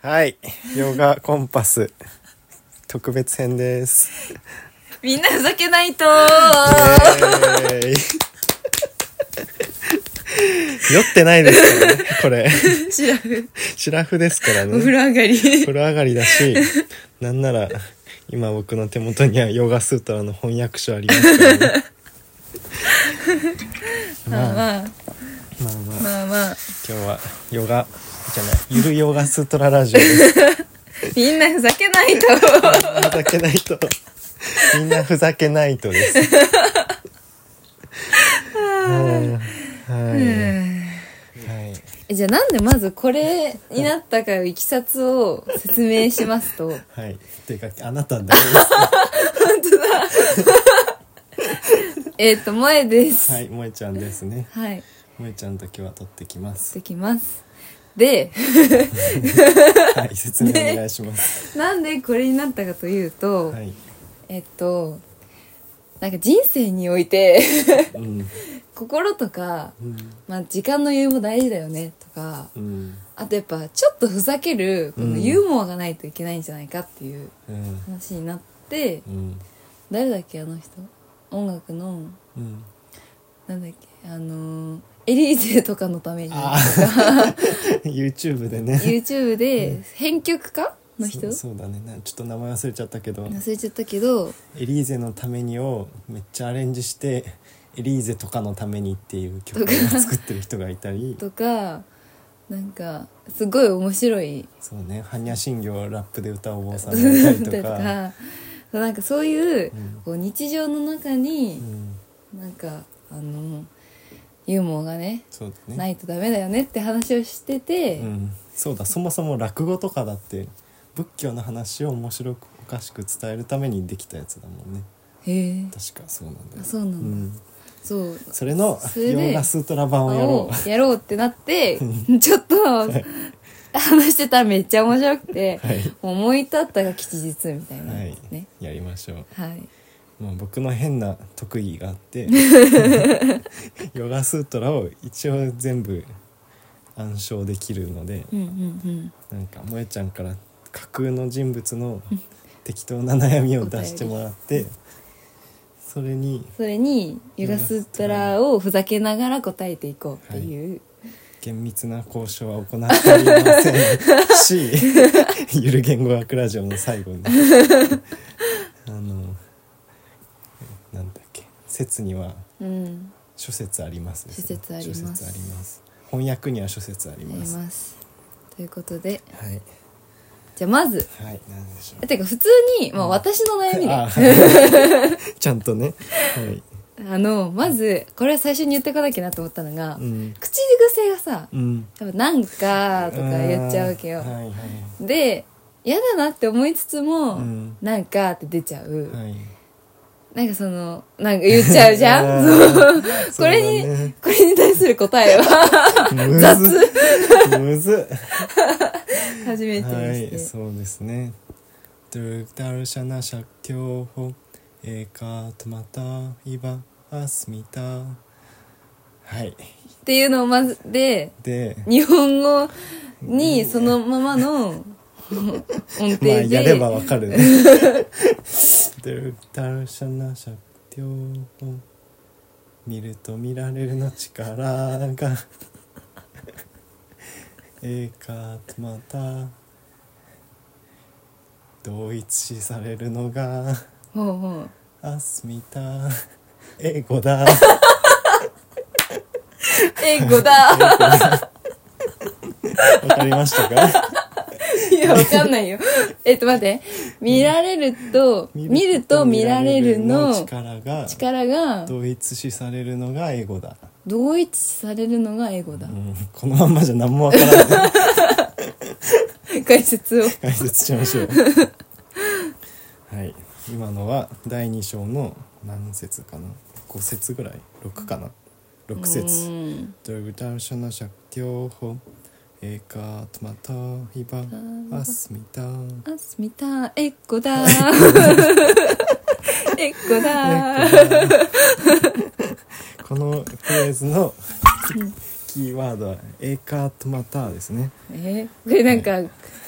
はい。ヨガコンパス。特別編です。みんなふざけないとイエーイ酔ってないですからね、これ。シラフシラフですからお風ね。呂上がり風呂上がりだし、なんなら、今僕の手元にはヨガスートラの翻訳書ありますからね。まあまあまあまあ、まあまあ今日はヨガ、じゃない、ゆるヨガスートララジオです。みんなふざけな いとふざけないと。みんなふざけないとです。はい。はい。はい。えじゃあなんでまずこれになったかいきさつを説明しますとはい。てか、あなただけえっと萌えですです。はい、萌えちゃんですね。はい萌えちゃんだけは取ってきます。 できますで はい、説明お願いします。なんでこれになったかというと、はい。えっとなんか人生において うん。心とか、うん。まあ、時間の余裕も大事だよねとかうん。あとやっぱちょっとふざけるこうのんユーモアがないといけないんじゃないかっていううん。話になって、うん。誰だっけあの人音楽のうん。なんだっけあのーエリーゼとかのためにああ。YouTube でね。 YouTube で編曲家の人そそうだねなちょっと名前忘れちゃったけど忘れちゃったけど「エリーゼのために」をめっちゃアレンジして「エリーゼとかのために」っていう曲を作ってる人がいた りとかなんかすごい面白いそうね般若心経をラップで歌うお坊さんがいただりと か。とかなんかそういううんこう日常の中に うんなんかあのユーモアがねそうだねないとダメだよねって話をしてて、うん、そうだそもそも落語とかだって仏教の話を面白くおかしく伝えるためにできたやつだもんねへえ確かそうなんだあよそうなんだ、うん、そうそれのそれヨでーガスートラ版をやろをやろうってなってちょっと話してたらめっちゃ面白くて、 はいもう思い立ったが吉日みたいうなはい、ねやりましょうはいまあ、僕の変な特技があってヨガスートラを一応全部暗唱できるのでうんうんなんか萌ちゃんから架空の人物の適当な悩みを出してもらってそれにそれにヨガスートラをふざけながら答えていこうっていう、厳密な交渉は行っておりませんし「ゆる言語学ラジオ」の最後にあのなんだっけ説にはうん諸説ありますですね、諸説あります諸説あります翻訳には諸説ありやりますますということではいじゃあまずはいなんでしょてか普通に、まあ、私の悩みうでああ はいちゃんとねはいのまずこれは最初に言っておかなきゃなと思ったのが、うん口癖がさうん多分なんか」とか言っちゃうわけよあーはいはいで嫌だなって思いつつも、うんなんかって出ちゃう、はいなんかそのなんか言っちゃうじゃんそう これに、これに対する答えは に雑むずっ初 めてはにいして、そうですねドゥクダルシャナシャキョホエカトマタイバアスミタはいっていうのをまずでで日本語にそのままの音程まあで、やればわかるね。デルタルシャナシャ両方見ると見られるの力がええかとまた同一視されるのがほうほうアスミタ英語だ。英語だわかりましたか？いやわかんないよえっと待って見られると 見ると見られるの力が力が同一視されるのが英語だ。同一視されるのが英語だうんこのまんまじゃ何もわからない。解説を解説しましょうはい今のは第2章の何節かな5節ぐらい6かな6う節んドルダルシャナシャキョホエカトマタイバアスミタあすみたえっ こだえっこだ このフレーズのキーワードはエカトマタですねえこれなんか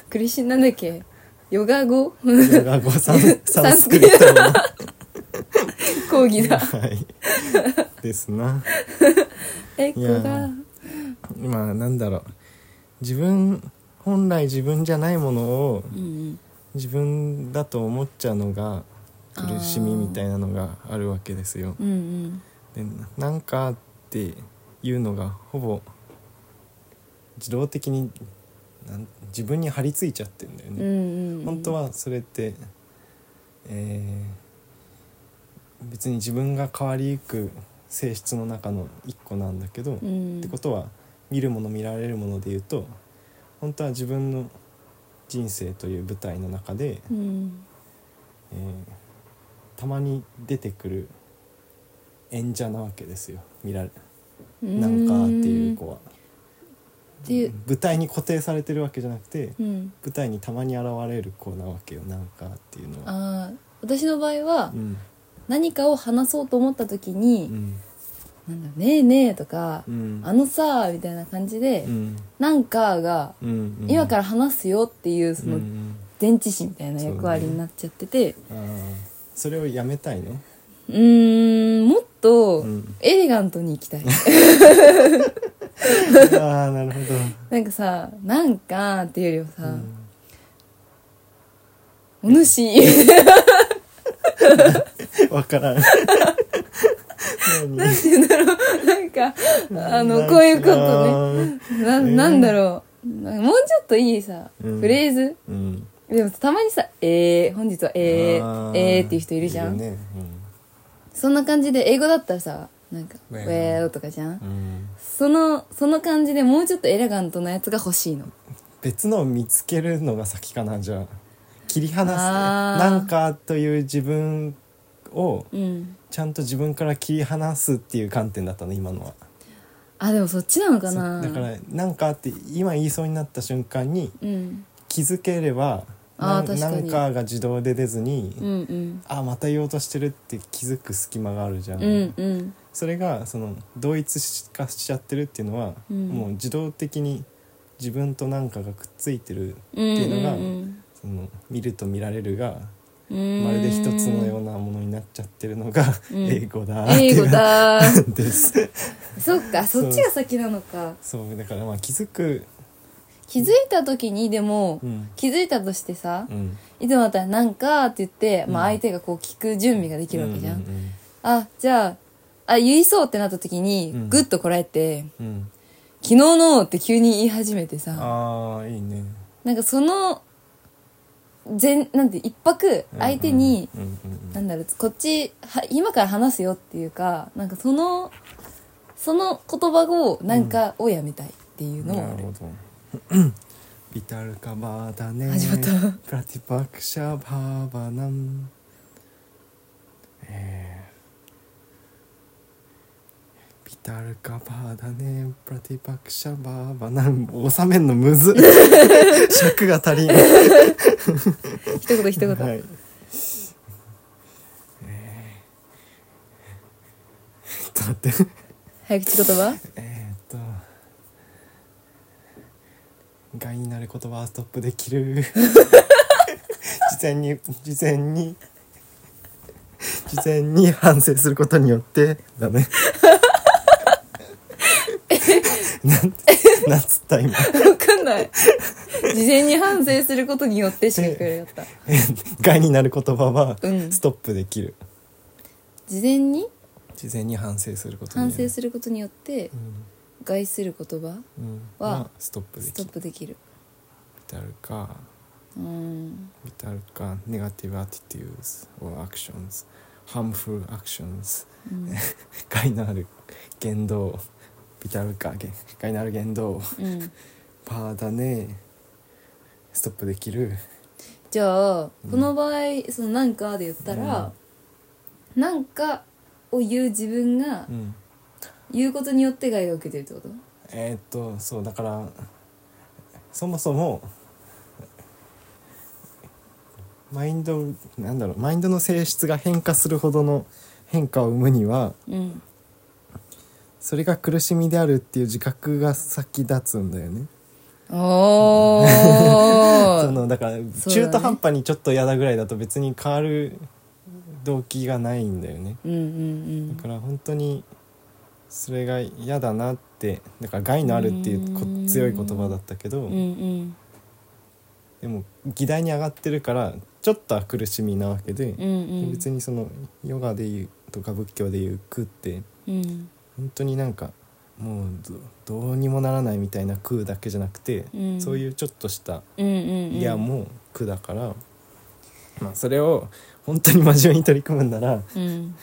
クリシンなんだっけヨガ語ヨガ語 サンサンスクリットの講義だはいですなえいこやーがまあなんだろう自分本来自分じゃないものをうんうん自分だと思っちゃうのが苦しみみたいなのがあるわけですよ。うんうんでなんかっていうのがほぼ自動的になん自分に張り付いちゃってるんだようんね。うんうん本当はそれって、えー別に自分が変わりゆく性質の中の一個なんだけど、うんってことは見るもの見られるもので言うと本当は自分の人生という舞台の中で、うんえーたまに出てくる演者なわけですよ見られなんかっていう子はっていう舞台に固定されてるわけじゃなくてうん舞台にたまに現れる子なわけよなんかっていうのは。あー私の場合はうん何かを話そうと思った時うにん「なんだろうねえねえ」とかう「んあのさ」みたいな感じでうん「なんか」がうんうん今から話すよっていうそうんうのん前置詞みたいな役割になっちゃっててあーそれをやめたい のうーんもっとうんエレガントに行きたい ああなるほどなんかさ「なんか」っていうよりはうさん「お主」 わからん。何なんかあのこういうことね。ねななんだろうなんかもうちょっといいさうんフレーズうん。でもたまにさ「えー、本日はえあー、ーえー」っていう人いるじゃん、いねそんな感じで英語だったらさなんか「 Well Well」とかじゃん、うんうんそのその感じでもうちょっとエレガントなやつが欲しいの別のを見つけるのが先かなじゃあ切り離すあーなんかという自分をうんちゃんと自分から切り離すっていう観点だったの今のはあでもそっちなのかなそうだからなんかって今言いそうになった瞬間にうん、気づければあーなんな確かにんかが自動で出ずに、うんうんあまた言おうとしてるって気づく隙間があるじゃうんうんそれがその同一化しちゃってるっていうのは、うんもう自動的に自分と何かがくっついてるっていうのがその見ると見られるがまるで一つのようなものになっちゃってるのがうん英語だって英い語うだ ですそっかそっちが先なのかそうだからまあ気づく気づいた時にでも、うん、気づいたとしてさう、ん、いつもだったら「なんか」って言って、まあ、うん相手がこう聞く準備ができるわけじゃん、うんあじゃああ言いそうってなった時に、うんグッとこらえてうんうん「昨日の」って急に言い始めてさああいいねなんかその全なんて一泊相手に、うんうんうんなんだろうこっちは今から話すよっていうかなんかそのその言葉をなんかをやめたいっていうのもあなるる、ほどビタルカバーだね始まったプラティパクシャバーバナンえービタルカバーだねプラティパクシャバーバナン収めんのむずっ尺が足りん一言一言、 はい。えーちょっと待って早口言葉えーっと害になる言葉はストップできる 事前に事前に事前に反省することによってだね なんてなんつった今わかんない事前に反省することによってしか聞こえ なかっ害になる言葉はうんストップできる、た事前に事前に反省することによ反って省することによって害する言葉うんうんはまあストップでスきトるップできる至るかうんビタルかネガティブアティテューズ or actions harmful actions うん 害のある言動ビタルか害のある言動うんパーだねストップできるじゃあうんこの場合そのなんかで言ったら、なんかを言う自分がうん言うことによって害を受けてるってことえーっとそうだからそもそもマインドなんだろうマインドの性質が変化するほどの変化を生むには うんそれが苦しみであるっていう自覚が先立つんだよね。おそのだからそうだね中途半端にちょっと嫌だぐらいだと別に変わる動機がないんだよねうんうんだから本当にそれが嫌だなってだから害のあるっていうこうん強い言葉だったけどうんうんうんでも議題に上がってるからちょっとは苦しみなわけでうんうん別にそのヨガでいうとか仏教でいう苦ってうん本当になんかもうどどうにもならないみたいな苦だけじゃなくて、うんそういうちょっとしたうんうんうんいやもう苦だから、まあ、それを本当に真面目に取り組むんならうん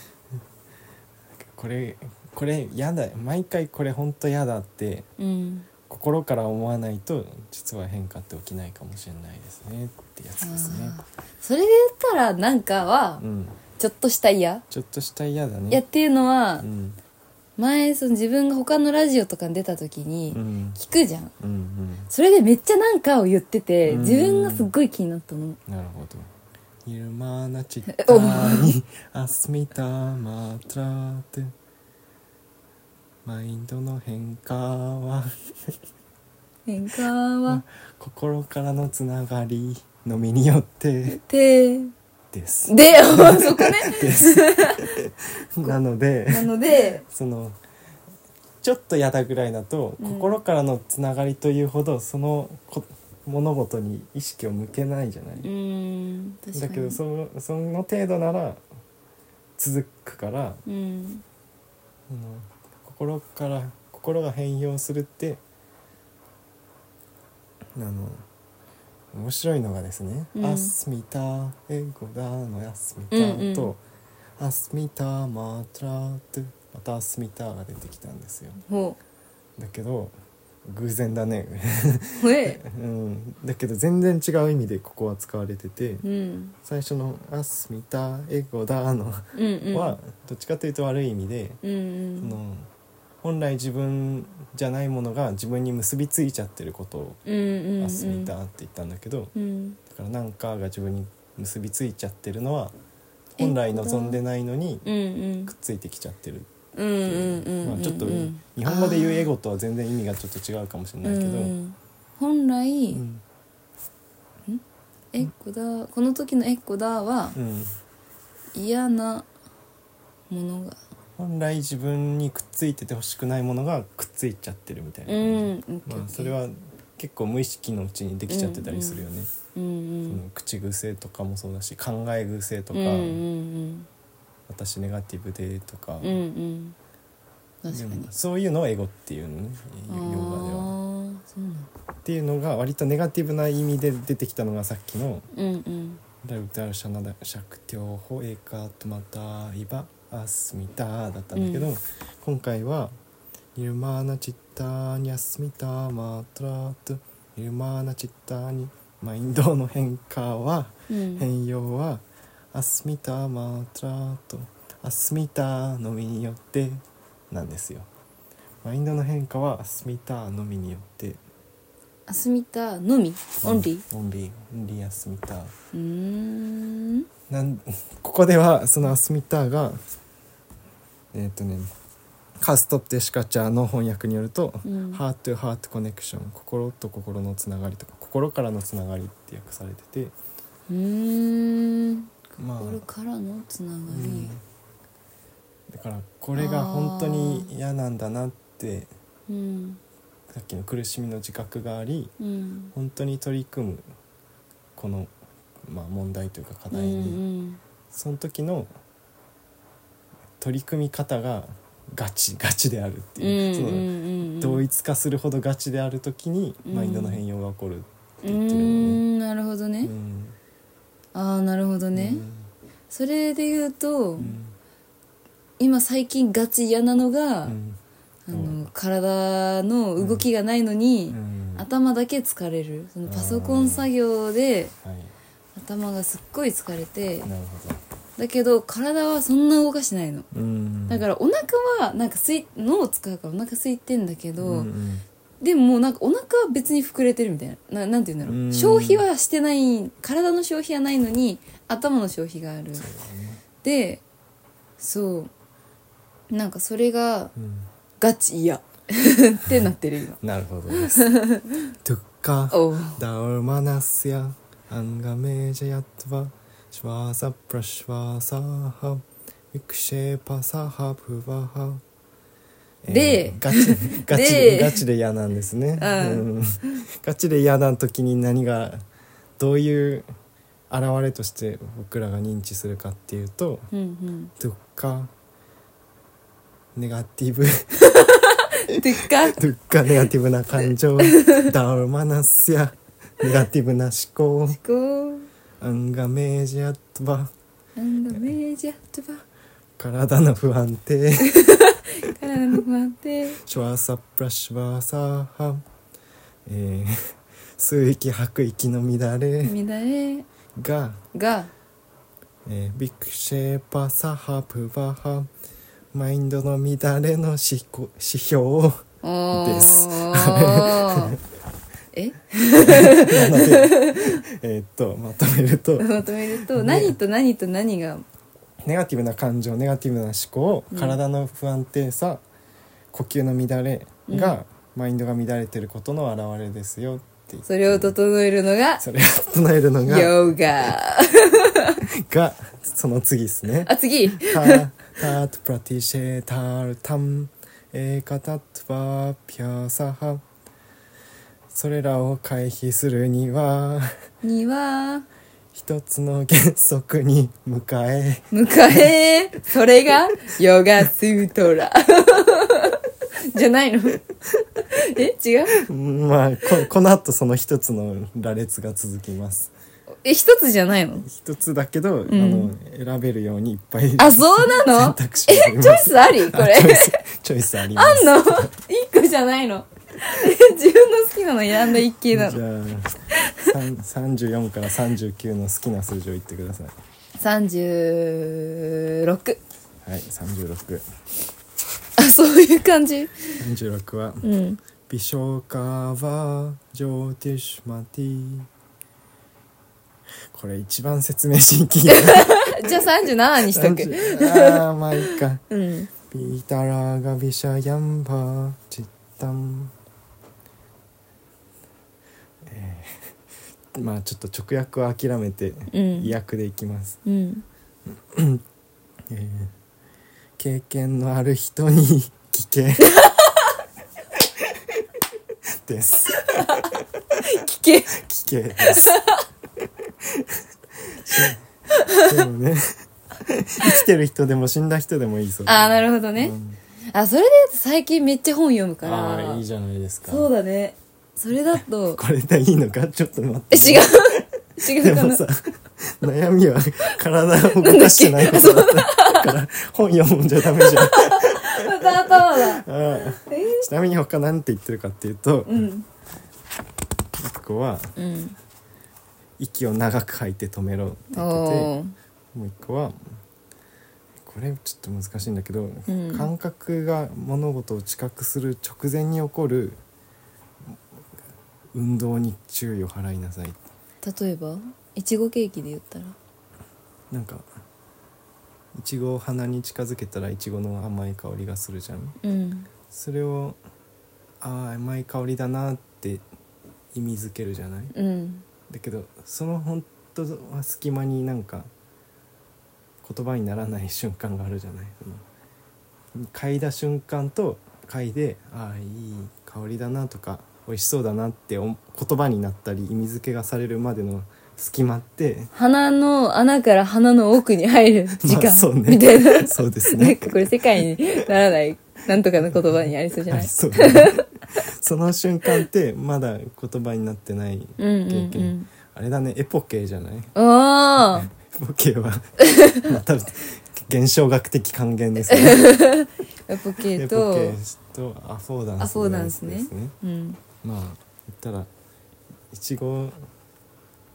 これこれ嫌だ毎回これ本当嫌だってうん心から思わないと実は変化って起きないかもしれないですねってやつですね。あーそれで言ったらなんかはうん、ちょっとした嫌ちょっとした嫌だね。いやっていうのはうん前その自分が他のラジオとかに出た時うにん聞くじゃんうんうんそれでめっちゃなんかを言っててうん自分がすっごい気になったのなるほど。ゆるまなちったにあすみたまたらってマインドの変化は変化は心からのつながりのみによってて です。でそこねです。なのなでのでそのちょっとやだぐらいだと、うん心からのつながりというほどそのこ物事に意識を向けないじゃない。うーん確かだにけどそのその程度なら続くから、うんあの心から心が変容するってあの面白いのがですね「うんアスミタエゴダ」の「アスミタうんう」んと「アスミタマトラトゥ」また「アスミタ」が出てきたんですよ。ほだけど偶然だね、 うほえうん、だけど全然違う意味でここは使われてて。うん最初の「アスミタエゴダ」のうんうんはどっちかというと悪い意味で、うんうそんの本来自分じゃないものが自分に結びついちゃってることをうんうん「うんアスミタ」って言ったんだけどうんだからなんかが自分に結びついちゃってるのは本来望んでないのにうんうんくっついてきちゃってるうんうんうんまあちょっとうん日本語で言うエゴとは全然意味がちょっと違うかもしれないけど、うん本来うん「エッコだ」この時の「エッコだ」はうん嫌なものが本来自分にくっついててほしくないものがくっついちゃってるみたいなう感じ、んまあ、それは結構無意識のうちにできちゃってたりするよね。うんうそんの口癖とかもそうだし考え癖とか、うんうん私ネガティブでとか,、うんうん確かにそういうのをエゴっていうのねヨああヨガでは。ーそうなんっていうのが割とネガティブな意味で出てきたのがさっきのうんうん「ラブタルシャナダシャクテョホエカトマタイバアスミタ」だったんだけど、うん今回は「ニルマーナチッタニャスミタマトラトニルマーナチッタニマインドの変化は」うん変容は「アスミタマトラ」と「アスミタのみによって」なんですよ。マインドの変化は「アスミタのみによってアスミタのみ」オンリーーオンリーオンリーアスミタうーんなんここではその「アスミタがえっ、とねカストプテシカチャーの翻訳によると「うんハート・ハート・コネクション」「心と心のつながり」とか「心からのつながり」って訳されててうーんまあこれからのつながうんりだからこれが本当に嫌なんだなってうんさっきの苦しみの自覚がありうん本当に取り組むこの、まあ、問題というか課う題に、んその時の取り組み方がガチガチであるってうんういんう、うんうんその同一化するほどガチである時にうんマインドの変容が起こるってうー言ってるよね。んなるほどね、うんああなるほどね、それで言うと、うん今最近ガチ嫌なのが、うんうあんの体の動きがないのにう、ん頭だけ疲れるそのパソコン作業ではい頭がすっごい疲れてなるほだけど体はそんな動かしてないのどうんだからお腹はなんかすい脳を使うからお腹空いてんだけど、うんうんでももうなんかお腹は別に膨れてるみたいなななんて言うんだろううん消費はしてない体の消費はないのに頭の消費があるそうだねでそうなんかそれがうんガチ嫌 ってなってる今 なるほどです。トゥッカおうダウルマナスヤ Angameja yatva shvasa prashvasaha vikshepa saha pruvaha で えーガチガチでガチで嫌なんですね、うんうんガチで嫌な時に何がどういう現れとして僕らが認知するかっていうとうんうんドゥッカネガティブてか ドゥッカネガティブな感情ダウマナスやネガティブな思考こうアンガメージアットバなんだメジャーとば体の不安定 からの不安定シュワサプラシュワサハえー、 吸う息吐く息の乱れ乱れが、がえービクシェーパサハプバハマインドの乱れの指こ指標を お ーですなのでえ えーっとまとめるとまとめると何と何と何がネガティブな感情ネガティブな思考うん体の不安定さ、呼吸の乱れが、マインドが乱れてることの表れですよっていうそれを整えるのがそれを唱えるのがヨガがその次ですね。あ次タタトプラティシェタルタンエカタトバピャサハそれらを回避するにはには一つの原則に向かえ迎えそれがヨガスート ラじゃないのえ違ううんまあここの後その一つの羅列が続きますえ一つじゃないの一つだけど、んあの選べるようにいっぱいあそうなの選択肢がありチョまイすスありこれあチョイスチョイスありまあすんの一個じゃないのえ自分の好きなの選んだ一系なじのゃあさん34から39の好きな数字を言ってください36はい36あそういう感じ36はうん「美少カはジョーティシュマティ」これ一番説明しにくい なじゃあ37にしとく30ああまあいいかうん「ビタラガビシャヤンバチッタン」えー まあちょっと直訳は諦めてうん意訳でいきます、うんえー経験のある人に 聞けです聞け聞けです。 しでもね、生きてる人でも死んだ人でもいいそうああなるほどね、うんあそれで言うと最近めっちゃ本読むからああいいじゃないですか。そうだねそれだ とこれでいいのかちょっと待って。え違う違でうかもなさ、悩みは体を動かしてないことだったから、本読むんじゃダメじゃん。また頭だああえーちなみに他なんて言ってるかっていうと、うん一個はうん息を長く吐いて止めろって言ってて。おーもう一個はこれちょっと難しいんだけど、うん感覚が物事を知覚する直前に起こる運動に注意を払いなさい例えばいちごケーキで言ったらなんかいちごを鼻に近づけたらいちごの甘い香りがするじゃんうんそれをああ甘い香りだなって意味づけるじゃないうんだけどその本当は隙間になんか言葉にならない瞬間があるじゃないその嗅いだ瞬間と嗅いでああいい香りだなとか美味しそうだなってお言葉になったり意味付けがされるまでの隙間って鼻の穴から鼻の奥に入る時まあ間、そうねみたいなそうですなんね。かこれ世界にならないなんとかの言葉にありそうじゃあなりいそうだね その瞬間ってまだ言葉になってないうんうん経う験んあれだねエポケーじゃないおーエポケーはまた現象学的還元ですねエポケでーポとケスとアフォーダンスアフォーダンスねですねうんまあ言ったらいちご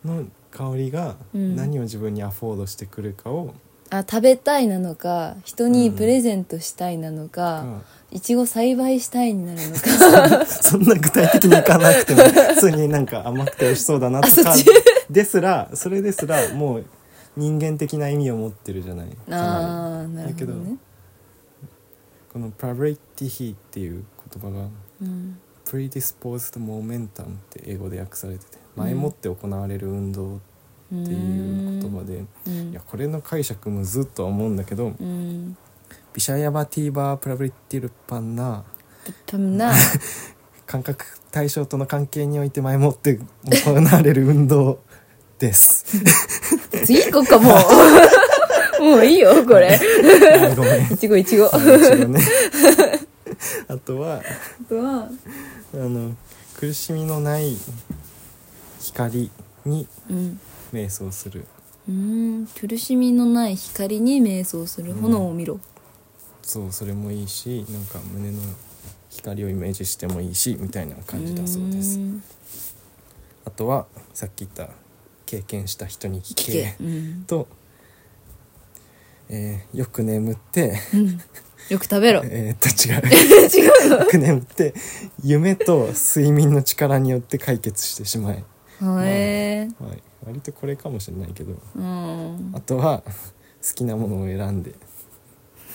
の香りがうん何を自分にアフォードしてくるかを、あ食べたいなのか人にプレゼントしたいなのか、まいちご栽培したいになるのかあ そんな具体的にいかなく ても普通になんか甘くて美味しそうだなとかあそっちですらそれですらもう人間的な意味を持ってるじゃないかなりああなるほどねこの「プラブリティヒー」っていう言葉がうん「プリディスポーズド・モメンタム」って英語で訳されてて前もって行われる運動っっていう言葉でうんいやこれの解釈もずっとは思うんだけどうんビシャヤバティーバープラブリティルパンな多分な感覚対象との関係において前もって行われる運動です。次行こうかも うもういいよこれごめんいちごいちご一応ねあとははあの苦しみのない光にうん瞑想するうん苦しみのない光に瞑想する炎を見ろそうそれもいいしなんか胸の光をイメージしてもいいしみたいな感じだそうですんあとはさっき言った経験した人に聞聞けけ、うんと、えーよく眠ってうん、よく食べろえーっと違う違うのよく眠って夢と睡眠の力によって解決してしまえ、へえはい、割とこれかもしれないけどうんあとは好きなものを選んでっ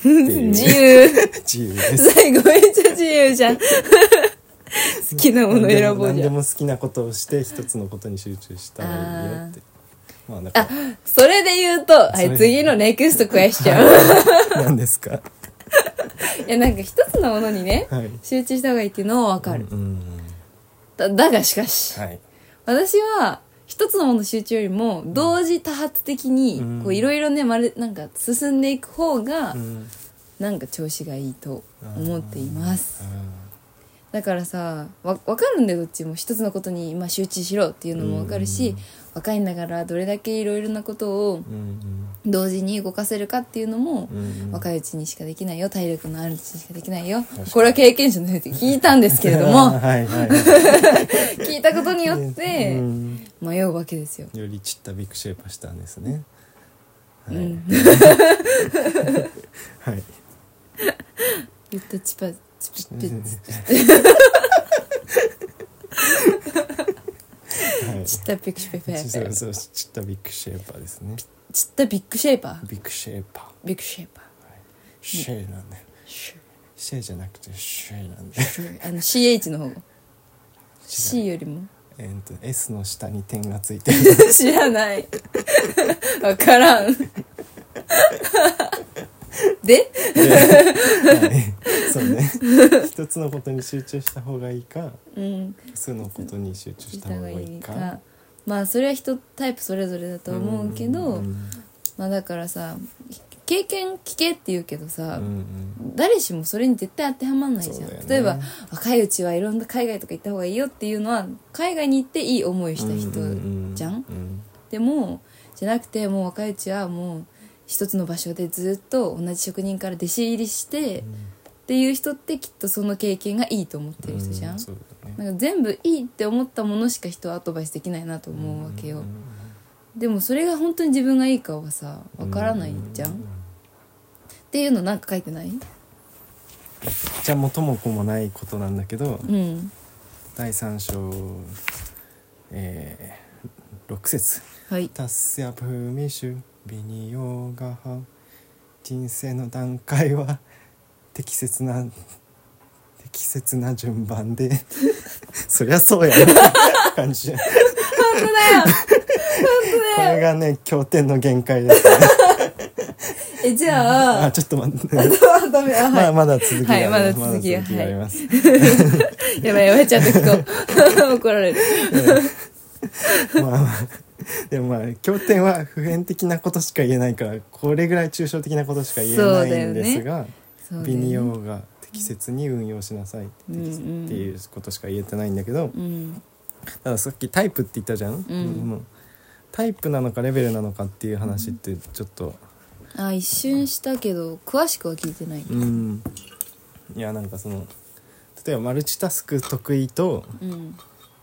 ていう自由自由です最後めっちゃ自由じゃん好きなもの選ぼう何じでゃんも好きなことをして一つのことに集中したらいいよってまあだかそれで言うとはそれいで次のネクストクエスチョンら何ですかいやなんか一つのものにねはい集中した方がいいっていうのは分かる、うんうんうんだだがしかし、はい私は一つのもの集中よりも同時多発的にうんこういろいろねまるなんか進んでいく方がうんなんか調子がいいと思っていますあだからさわ分かるんだよどっちも一つのことに今集中しろっていうのも分かるし、うん若いんだからどれだけいろいろなことをーうん同時に動かせるかっていうのもうんうん若いうちにしかできないよ体力のあるうちにしかできないよかにこれは経験者の人に聞いたんですけれども はいはいはい聞いたことによってうん迷うわけですよ。よりちったビクシェイパしたんですねはい、うん はい言ったチパチパチパチ はいちったビッグシェイパそーうそうちったビッグシェイパーですねちったビッグシェイパービッグシェイパービッグシェイパーシェイなんだよシシェイじゃなくてシェイなんだよュあの CH の方 C よりもえーっと S の下に点がついてる知らないわからんではいそうね一つのことに集中した方がいいかうん複数のことに集中した歌方ががいいいいかかまあそれは人タイプそれぞれだと思うけど、うんまあだからさ経験聞けって言うけどうんさ、うん誰しもそれに絶対当てはまんないじそゃ、うんだよね例えば若いうちはいろんな海外とか行った方がいいよっていうのは海外に行っていい思いした人じゃん、ううんでもじゃなくてもう若いうちはもう一つの場所でずっと同じ職人から弟子入りして、っていう人ってきっとその経験がいいと思ってる人じゃん、うそうだねなんか全部いいって思ったものしか人はアドバイスできないなと思うわけよ、んんでもそれが本当に自分がいいかはさわからないじゃん、うっていうのなんか書いてないじゃあ元も子もないことなんだけど、うん第三章えー、6節はいタスやプミシュビニヨーガハ人生の段階は適切な適切な順番で そりゃそうやなって感じじゃんこ本当だよれがね経典の限界ですねえじゃああちょっと待って ダメあまあはまだ続きがあります、はいまだ続きがまだ続きがあります、いやばいやばいちゃんと聞こう 怒られるまあま あでもまあ経典は普遍的なことしか言えないからこれぐらい抽象的なことしか言えないんですが、そうだ微よね妙が適切に運用しなさいって,、うんうんっていうことしか言えてないんだけど、うんたださっきタイプって言ったじゃん、んでもタイプなのかレベルなのかっていう話ってちょっとあ一瞬したけど詳しくは聞いてないうん、いやなんかその例えばマルチタスク得意とうん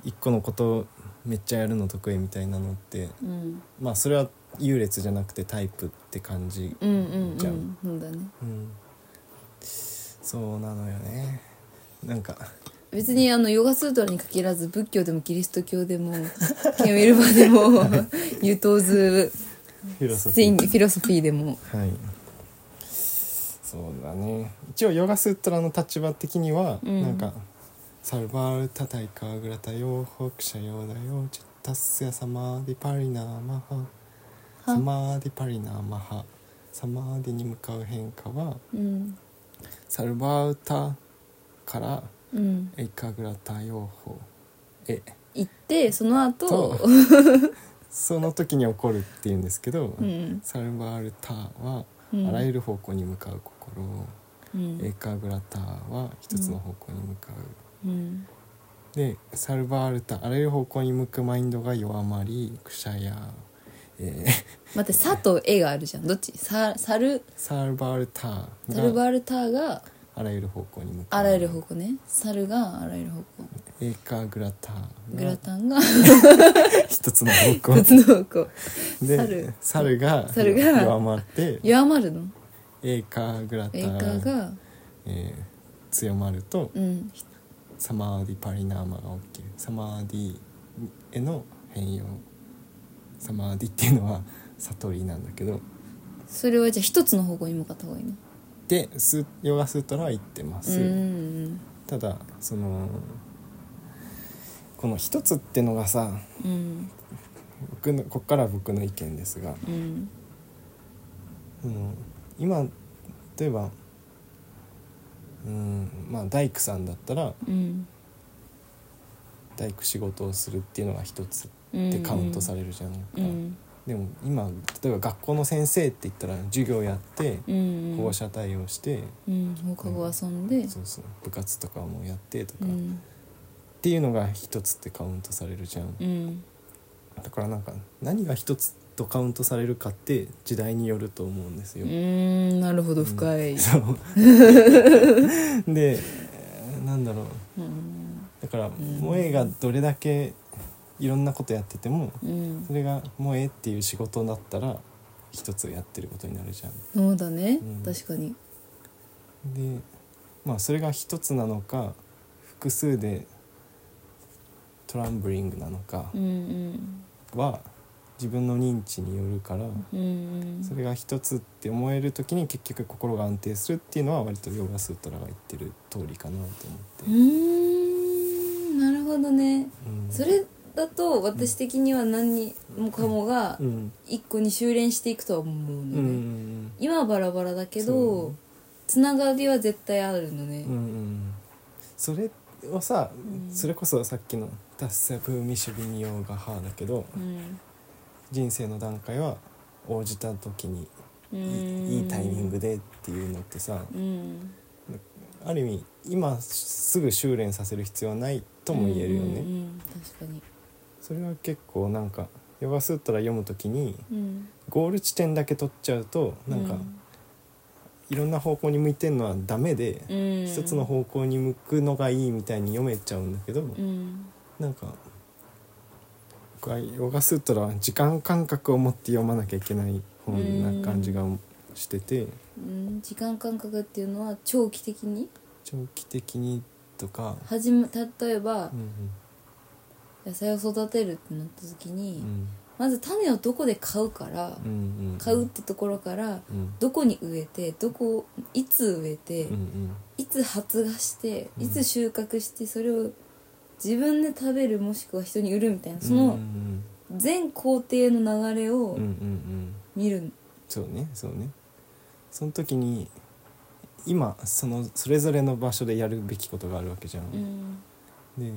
一個のことをめっちゃやるの得意みたいなのってうんまあそれは優劣じゃなくてタイプって感じうんうんじうゃんそうだねうん、そうなのよねなんか別にあのヨガスートラに限らず仏教でもキリスト教でもケンウィルバーで もユトーズフィロソフスィティンーフィロソフィーでもはいそうだね一応ヨガスートラの立場的には、うんなんか「サルバールタタイカーグラタヨーホクシャヨーダヨーチッタタスヤサマーディパリナーマハはサマーディパリナーマハサマーディに向かう変化はうんサルバウタからうんエカグラタ用法へ行ってその後とその時に起こるっていうんですけど、うんサルバルタはうんあらゆる方向に向かう心、うんエカグラタは一つの方向に向かう、うんでサルバールタあらゆる方向に向くマインドが弱まりクシャや、えー 待って「さ」と「え」があるじゃんどっちササルサルバールタサルバがルターがあらゆる方向に向かうあらゆる方向ねサルがあらゆる方向エカグラタグがラタンが一つの 方向別の方向で猿猿が猿が弱まって弱まるのエカグラタエイカーがえー強まるとうんサマーディパリナーマが起きるサマーディへの変容サマーディっていうのは悟りなんだけどそれはじゃあ一つの方向に向かった方がいいのでスヨガスートラは言ってまうす、んただそのこの一つってのがさうん僕のこっから僕の意見ですが、うんうん、今例えばうんまあ大工さんだったらうん大工仕事をするっていうのが一つうんってカウントされるじゃないか、うんでも今例えば学校の先生って言ったら授業やってうん保護者対応して、うん放課後遊んでそうそう部活とかもやってとか、うっんていうのが一つってカウントされるじゃん、うんだからなんか何が一つとカウントされるかって時代によると思うんですうよ。ーんなるほど深いそう でえーなんだろううんだから萌えがどれだけいろんなことやっててもうんそれが萌えっていう仕事だったら一つやってることになるじゃん。そうだねうん確かにでまあそれが一つなのか複数でトランブリングなのかうんは自分の認知によるから。うんうんそれが一つって思える時に結局心が安定するっていうのは割とヨガスートラが言ってる通りかなとうー思って、んなるほどねうん、それだと私的には何もかもがうん一個に修練していくとは思ううんのうね、ん今はバラバラだけそうどつながりは絶対あるのねうんう、んそれをさ、うんそれこそさっきの「達成ブーミシュビニヨーガハー」だけどうん人生の段階は応じた時にういんいいいタイミングでっていうのってさうんある意味今すぐ修練させる必要はないとも言えるよね。うんうんうん確かに、それは結構なんかヨガスートラ読む時にうん、ゴール地点だけ取っちゃうとなんかいろんな方向に向いてるのはダメで、うん一つの方向に向くのがいいみたいに読めちゃうんだけど、うんなんか僕はヨガスートラは時間感覚を持って読まなきゃいけない本な感じがしてて、うん時間感覚っていうのは長期的に長期的にとか、始め例えばうん野菜を育てるってなった時に、うんうんまず種をどこで買うから、うんうん、買うってところからうんどこに植えてどこいつ植えて、うんうんいつ発芽してうんいつ収穫してそれを自分で食べるもしくは人に売るみたいなそうんうのん全工程の流れうをんうんうん見るそうねそうねその時に今そのそれぞれの場所でやるべきことがあるわけじゃん、うんで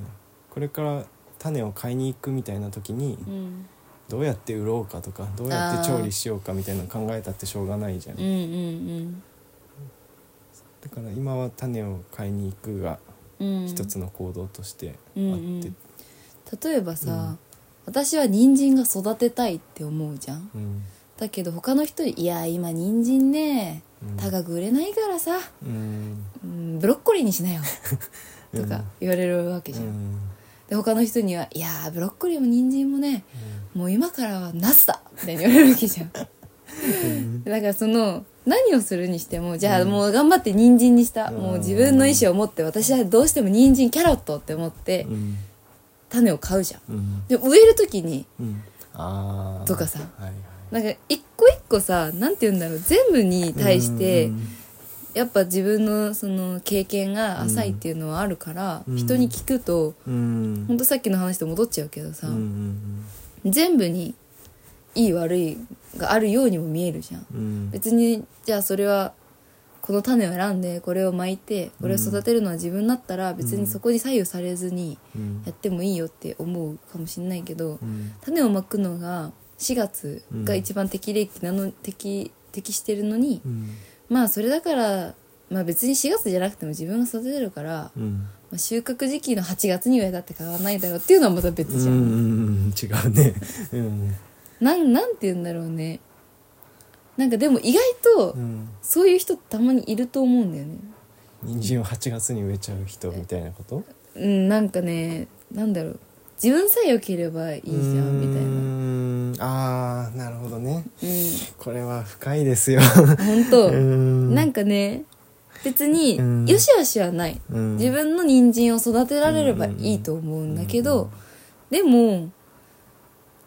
これから種を買いに行くみたいな時にうんどうやって売ろうかとかどうやって調理しようかみたいなの考えたってしょうがないじゃん、うんうんだから今は種を買いに行くがうん一つの行動としてあって、うんうん例えばさ、うん私は人参が育てたいって思うじゃんうんだけど他の人に「いや今人参ねうん高く売れないからさ、うんうん、ブロッコリーにしなよ」とか言われるわけうじゃんん、で他の人には「いやーブロッコリーも人参もねもう今からはナスだ」みたいに言われるわけじゃんだうんからその何をするにしてもじゃあもう頑張って人参にした、うんもう自分の意思を持って私はどうしても人参キャロットって思ってうん種を買うじゃんうんで植える時にうんあーとかさはいはいなんか一個一個さなんて言うんだろう全部に対して、うんやっぱ自分のその経験が浅いっていうのはあるから、うん人に聞くとうんほんとさっきの話と戻っちゃうけどさ、うんうん全部にいい悪いがあるようにも見えるじゃんうん別にじゃあそれはこの種を選んでこれを巻いてこれを育てるのは自分だったら別にそこに左右されずにうんやってもいいよって思うかもしれないけどうん種をまくのが4月が一番適齢期なの適適してるのにうんまあそれだから、まあ、別に4月じゃなくても自分が育てるから、うんまあ、収穫時期の8月には枝って変わらないだろうっていうのはまたう別んじゃ、うんんうん違うねうんなんなんて言うんだろうねなんかでも意外とうんそういう人たまにいると思うんだよね人参を8月に植えちゃう人みたいなことうんなんかねなんだろう自分さえ良ければいいじゃんみたいななあーなるほどねうこれは深いですよん本 当、ななんかね別にうんよしよしはない自分の人参を育てられればいいと思うんだけど、でも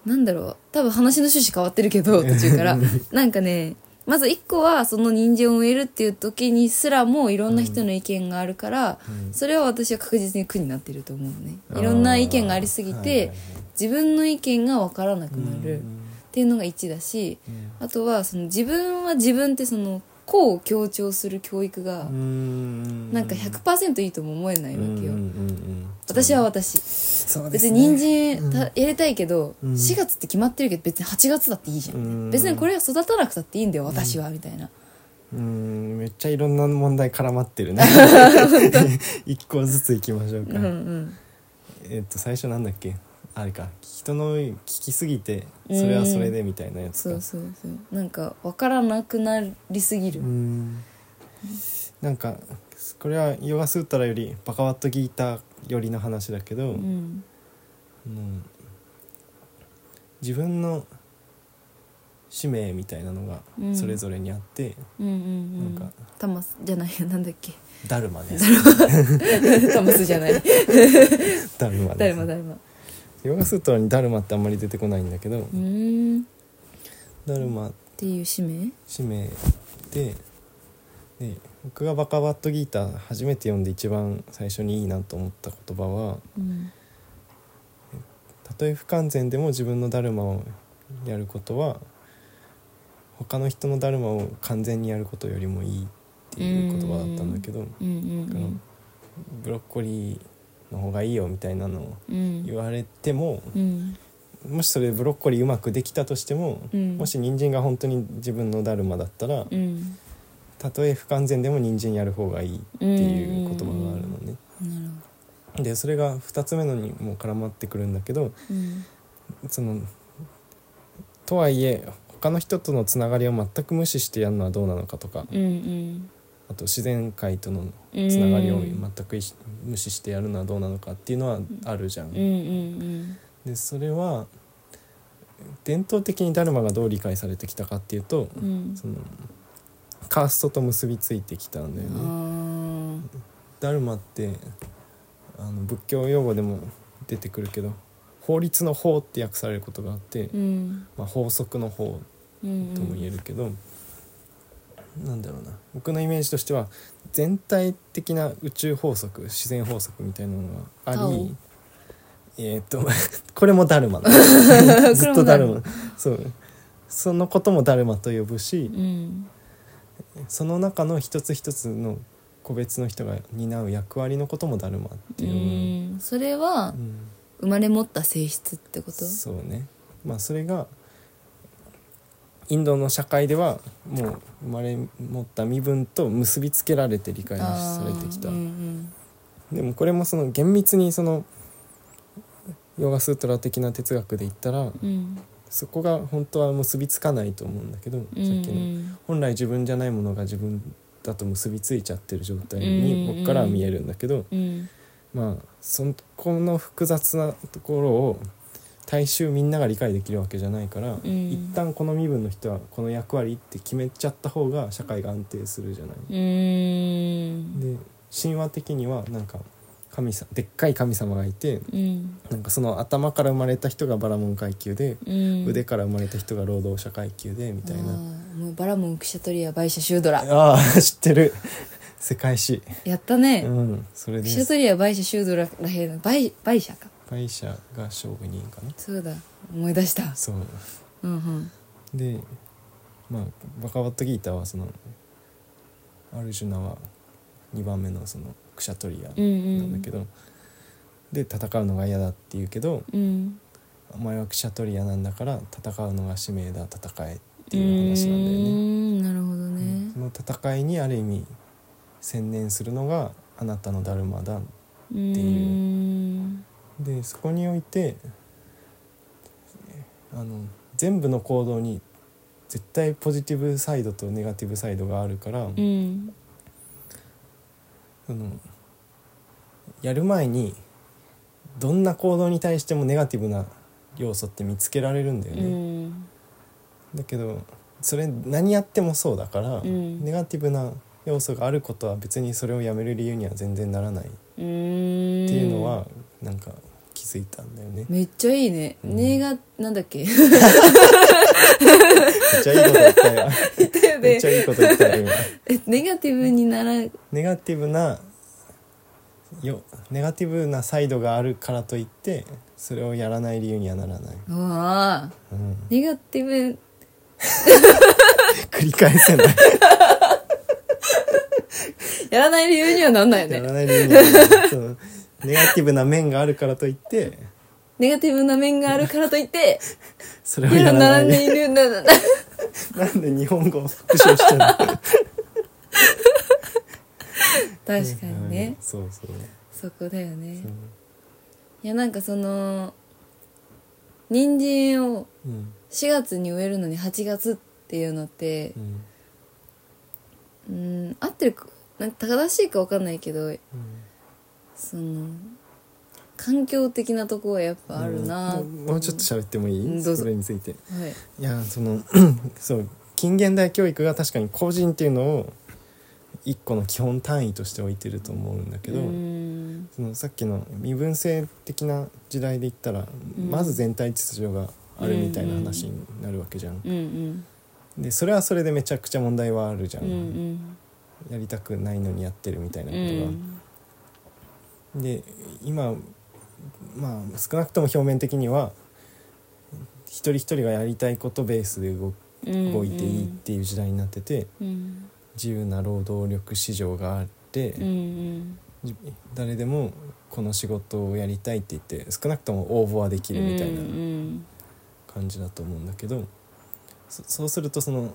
なんだろう多分話の趣旨変わってるけ ど途中からなんかねまず1個はその人参を植えるっていう時にすらもいろんな人の意見があるから、うんそれは私は確実に苦になってると思うのねあーいろんな意見がありすぎはいてはいはい自分の意見が分からなくなるっうんていうのが1だしうんあとはその自分は自分ってその個を強調する教育がうんなんか100%いいとも思えないわけよ、うんうんうん私は私そうで別すに人ね参たやりたいけど、うん4月って決まってるけど別に8月だっていいじゃん、うん別にこれが育たなくたっていいんだよ私は、みたいなうんめっちゃいろんな問題絡まってる ね一個ずついきましょううんか、うんえっと最初なんだっけあれか人の聞きすぎてそれはそれでみたいなやつかそうそうそうなんか分からなくなりすぎる、うんなんかこれはヨガスータラよりバカワットギーター寄りの話だけど、うんもう自分の使命みたいなのがうんそれぞれにあって、うんうんうんなんかタマスじゃないなんだっ けダルマですタマスじゃないダルマだでるますだるまヨガスートラにダルマってあんまり出てこないんだけどうーんっダルマていう使命使命でで僕がバカバットギーター初めて読んで一番最初にいいなと思った言葉はうんたとえ不完全でも自分のダルマをやることは他の人のダルマを完全にやることよりもいいっていう言葉だったんだけど、うんうんだからブロッコリーの方がいいよみたいなのをうんうん言われても、うんもしそれでブロッコリーうまくできたとしても、うんもし人参が本当に自分のダルマだったら、うんたとえ不完全でも人参やる方がいいっていう言葉があるのね。なるほでそれが2つ目のにも絡まってくるんだけどどうんそのとはいえ他の人とのつながりを全く無視してやるのはどうなのかとか、うんあと自然界とのうんつながりを全くいし無視してやるのはどうなのかっていうのはあるじゃん。うんうんでそれは伝統的にダルマがどう理解されてきたかっていうと、うんうんそのカーストと結びついてきたんだよね。あダルマってあの仏教用語でも出てくるけど法律の法って訳されることがあって、ーうんまあ、法則の法うんとも言えるけど、なんだろうな僕のイメージとしては全体的な宇宙法則自然法則みたいなのがタあオりえーっと これもダルマなのずっとダルこれもマそうそのこともダルマと呼ぶしうんその中の一つ一つの個別の人が担う役割のこともダルマってういうのがんそれはうん生まれ持った性質ってことそうねまあそれがインドの社会ではもう生まれ持った身分と結びつけられて理解あさーれてきた、うんでもこれもその厳密にそのヨガスートラ的な哲学で言ったらうんうんそこが本当は結びつかないと思うんだけど、うんさっきの本来自分じゃないものが自分だと結びついちゃってる状態うんにうん僕からは見えるんだけど、うんまあそこの複雑なところを大衆みんなが理解できるわけじゃないから、ん一旦この身分の人はこの役割って決めちゃった方が社会が安定するじゃない。うんで神話的にはなんか神さでっかい神様がいてうんなんかその頭から生まれた人がバラモン階級で、うん腕から生まれた人が労働者階級でみたいあな。ーもうバラモンクシャトリアバイシャシュードラああ知ってる世界史。やったねうんそれクでシャす。トリアバイシャシュードラらへんバイバイシャかバ敗者が勝負人かなそうだ思い出したそううんうんでまあバカバットギーターはそのアルジュナは2番目のそのクシャトリアうんうんなんだけど、で戦うのが嫌だって言うけどうんお前はクシャトリアなんだから戦うのが使命だ戦えっっていう話なんだよね。なるほどうんねその戦いにある意味専念するのがあなたのダルマだうっていうんでそこにおいてあの全部の行動に絶対ポジティブサイドとネガティブサイドがあるから、うんそのやる前にどんな行動に対してもネガティブな要素って見つけられるんだようね。んだけどそれ何やってもそうだから、うんネガティブな要素があることは別にそれをやめる理由には全然ならないってうんいうのはなんか気づいたんだよね。めっちゃいいねうんネガなんだっけめっちゃいいこと言った よ。めっちゃでいいこと言ったよ今。ネガティブにならネガティブなよネガティブなサイドがあるからといってそれをやらない理由にはならない。わあうん、ネガティブ 繰り返せない。やらない理由にはなんない よやらねない理由にはならない。そのネガティブな面があるからといってネガティブな面があるからといってそれをややららなないい。理由にならないなんで日本語を復唱してん の確かにはいねそうそうそこだよねそういやなんかその人参をうん4月に植えるのに8月っていうのってうんうん合ってるかなんか正しいか分かんないけどうんその環境的なとこはやっぱあるな、うんもうもうちょっと喋ってもいい、うんどうぞそれについてはいいやその そう近現代教育が確かに個人っていうのを一個の基本単位として置いてると思うんだけど、うんそのさっきの身分制的な時代で言ったら、うんまず全体秩序があるみたいな話になるわけじゃん、うんうんでそれはそれでめちゃくちゃ問題はあるじゃうんうんやりたくないのにやってるみたいなうことが、んで今まあ少なくとも表面的には一人一人がやりたいことベースで動うん動いていいっていう時代になっててうん自由な労働力市場があって、うんうんじ誰でもこの仕事をやりたいって言って少なくとも応募はできるみたいなうんうん感じだと思うんだけどそそうするとその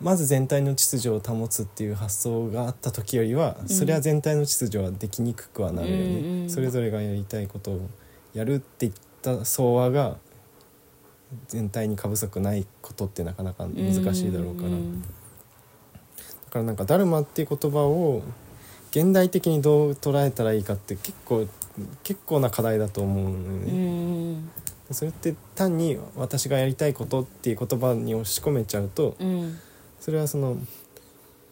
まず全体の秩序を保つっていう発想があった時よりは、んそれは全体の秩序はできにくくはなるよね、うんうんそれぞれがやりたいことをやるって言った総和が全体に過不足ないことってなかなか難しいだろうから、うんだからなんか「ダルマ」っていう言葉を現代的にどう捉えたらいいかって結構結構な課題だと思うのよね。うんそれって単に「私がやりたいこと」っていう言葉に押し込めちゃうとうんそれはその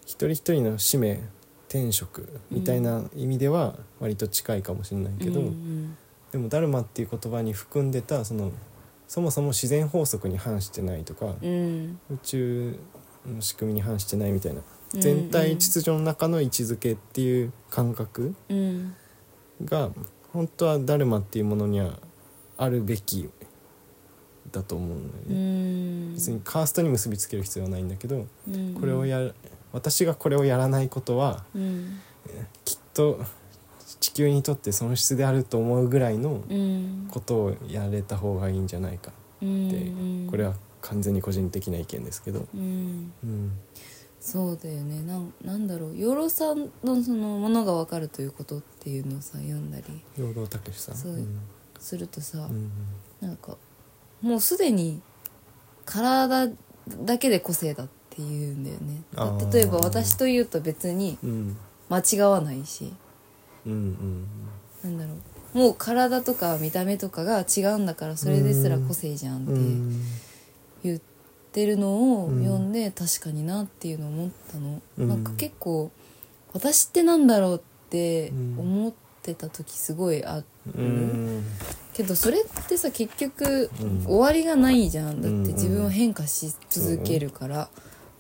一人一人の使命天職みたいな意味では割と近いかもしれないけど、うんでも「ダルマ」っていう言葉に含んでたそのそもそも自然法則に反してないとか、うん宇宙の仕組みに反してないみたいなうん全体秩序の中の位置づけっていう感覚うんが本当は「ダルマ」っていうものにはあるべきだと思うのよね。うん別にカーストに結びつける必要はないんだけどうんこれをや私がこれをやらないことはうんきっと地球にとって損失であると思うぐらいのうんことをやれた方がいいんじゃないかうんこれは完全に個人的な意見ですけど、うんうんそうだよねなんなんだろう養老さんのそのものが分かるということっていうのをさ読んだり養老孟司さんそうするとうさ、んうんなんかもうすでに体だけで個性だっていうんだよねあー例えば私というと別にうん間違わないしうんうんなんだろうもう体とか見た目とかが違うんだからそれですら個性じゃんうんうってん言ってるのをうん読んで確かになっていうのを思ったの、うんなんか結構私ってなんだろうって思ってた時すごいあっうんけどそれってさ結局うん終わりがないじゃんだっうんうんて自分は変化し続けるから、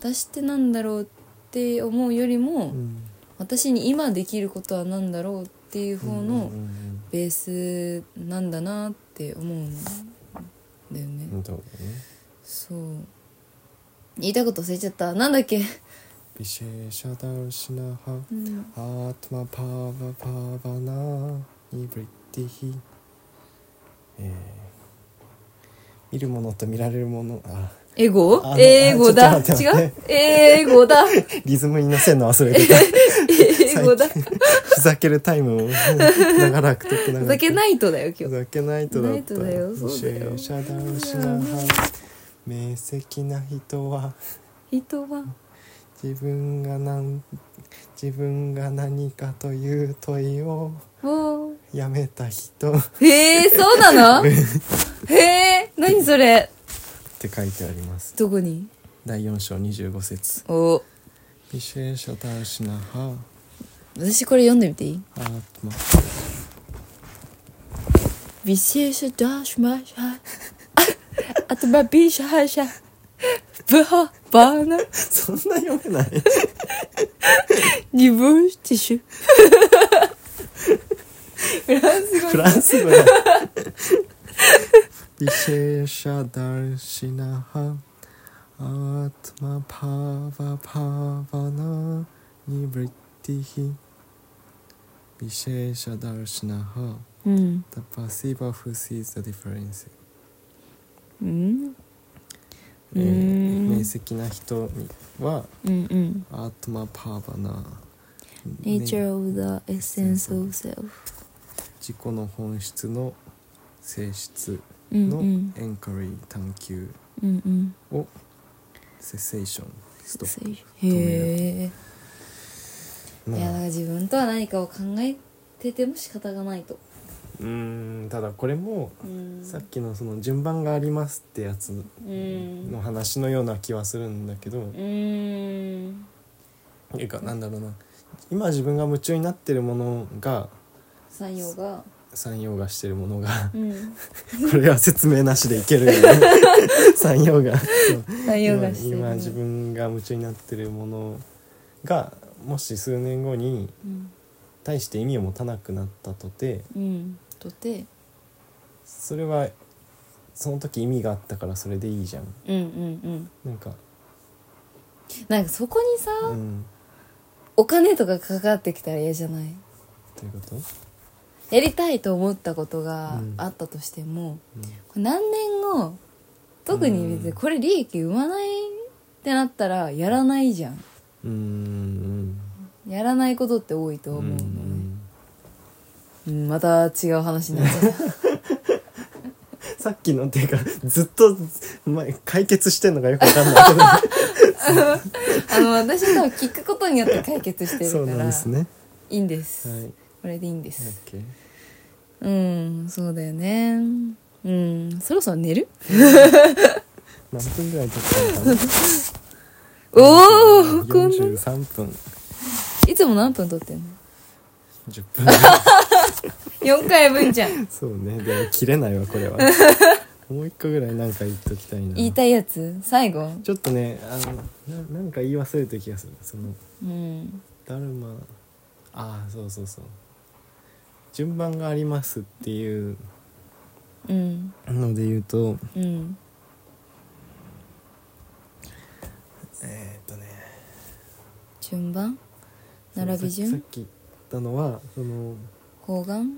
私ってなんだろうって思うよりも、うん私に今できることは何だろうっっていう方うのんうんうんベースなんだなって思うんだよね、うんどうだねそう言いたいこと忘れちゃったなんだっけ、ビシェシャダルシナハアートマパーバパーバナーイブリティヒえー見るものと見られるものあエゴあの英語だあちょっと待違って待う英語だリズムに乗せるの忘れてた英語だふざけるタイムを長らくとって長ふらくざけないとだよふ今日ざけないとだったナイトだよそうだよシャダルシナハ明晰な人は人は自分が何自分が何かという問いをもうやめた人っへえそう なのへえ何それて書いてありますどこに第4章25節お「ビシェーシャダルシナハ私これ読んでみていいアートマビシェシャダーシュマシャあとまビシャハシャブハバーナ」 そんな読めないニブーティシュフランス語 フランス 語だビシェーシャダルシナハアートマパーバパーバナニブリティヒビシェーシャダルシナハうん、 The perceiver who sees the difference うん、えーうん明晰な人にはうんうんアートマパーバナ Nature of the essence of self 自己の本質の性質うんうのんエンカリー探求うんうんをセセーションストッへえ、プまいやだからあ自分とは何かを考えてても仕方がないとうーんただこれもうんさっきのその順番がありますってやつうんの話のような気はするんだけどうんていうかなんだろうな今自分が夢中になってるものが産業が山陽がしてるものがうん これは説明なしでいけるよね山陽がそう産業今がしてる今自分が夢中になってるものがもし数年後にうん、対して意味を持たなくなったとてうん、とてそれはその時意味があったからそれでいいじゃんうんうんうなんんか、なんかそこにさ、うん、お金とかかかってきたら嫌じゃないということ、やりたいと思ったことがうんあったとしても、うんこれ何年後特に別にこれ利益生まないってなったらやらないじゃんうーんやらないことって多いとうん思うのね、んうんまた違う話になっ ちゃったさっきのっていうかずっと前解決してんのがよくわかん ないけあの私の聞くことによって解決してどそうるかなんらですねいいんです、はいこれでいいんです、 OK うんそうだよねうんそろそろ寝る何分ぐらい経ったのかなおおこんな43分いつも何分撮ってんの10分 ぐらい4回分じゃんそうねでも切れないわこれはもう一個ぐらいなんか言っときたいな 言いたいやつ最後ちょっとねあのななんか言い忘れた気がするそのうんダルマああそうそうそう順番がありますっていううんので言うとうんえーっとね順番その並びさっ順きさっき言ったのはその 方眼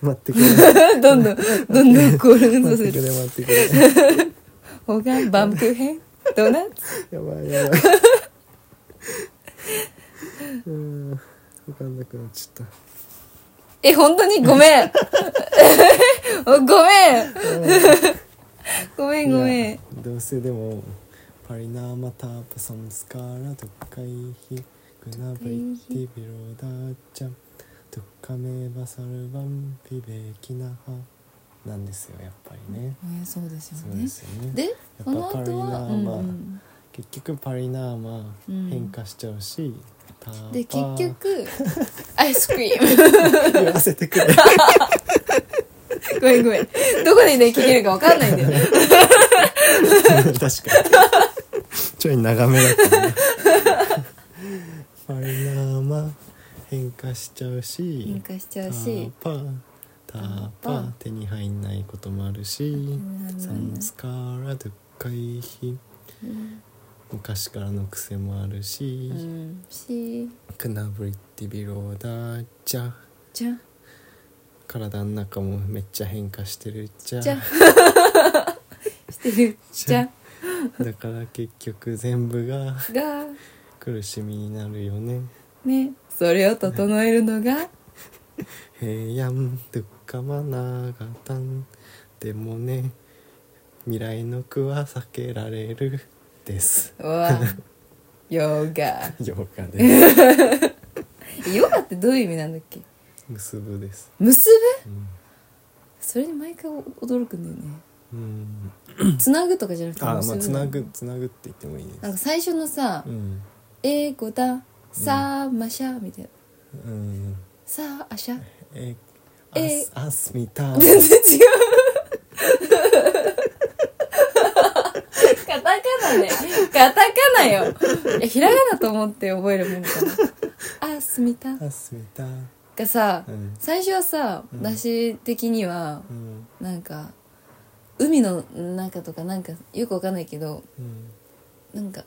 待ってくれ どんどんどんどんコール さ待ってせくるれ待ってくれ方眼バームクーヘンドーナツやばいやばいうん分かんなくなっちゃっ え本当にごめん ごめんたあーごめんごいめやどうせでもパリナーマタープソンスカーラドッカイヒグナブリティビロダーチャドッカメバサルバンピベキナハなんですよやっぱりねんえそうですそようでねすよねでぱこの後パはうリんナーマうん結局パリナーマうん変化しちゃうし、ターパーで結局アイスクリーム 言わせてくれごめんごめんどこでね聞けるかわかんないんだよ 確かにちょい長めだったねパリナーマ変化しちゃうし変化しちゃうしターパーターパー手に入んないこともあるしんサンスカーラと回避うん昔からの癖もあるし、うんしクナブリッティビローダーじゃじゃ体の中もめっちゃ変化してるじゃじゃしてるじゃだから結局全部がが苦しみになるよねねそれを整える のが平安ドゥッカマナーガタンでもね未来の苦は避けられる ですわヨガヨガですヨガってどういう意味なんだっけ結ぶです結ぶうん、それに毎回驚くんだよねうん、つなぐとかじゃなくてあまあ結ぶつなぐつなぐって言ってもいいなでんかす最初のさうん「英語ださあましゃ」みたいなうん「さああしゃ」ええあすあすみ た全然違うカタカナねカタカナよいやひらがなと思って覚えるもんかな「あすみた」あすみたがさうん最初はさうん私的にはうんなんか海の中とかなんかよくわかんないけどうんなんか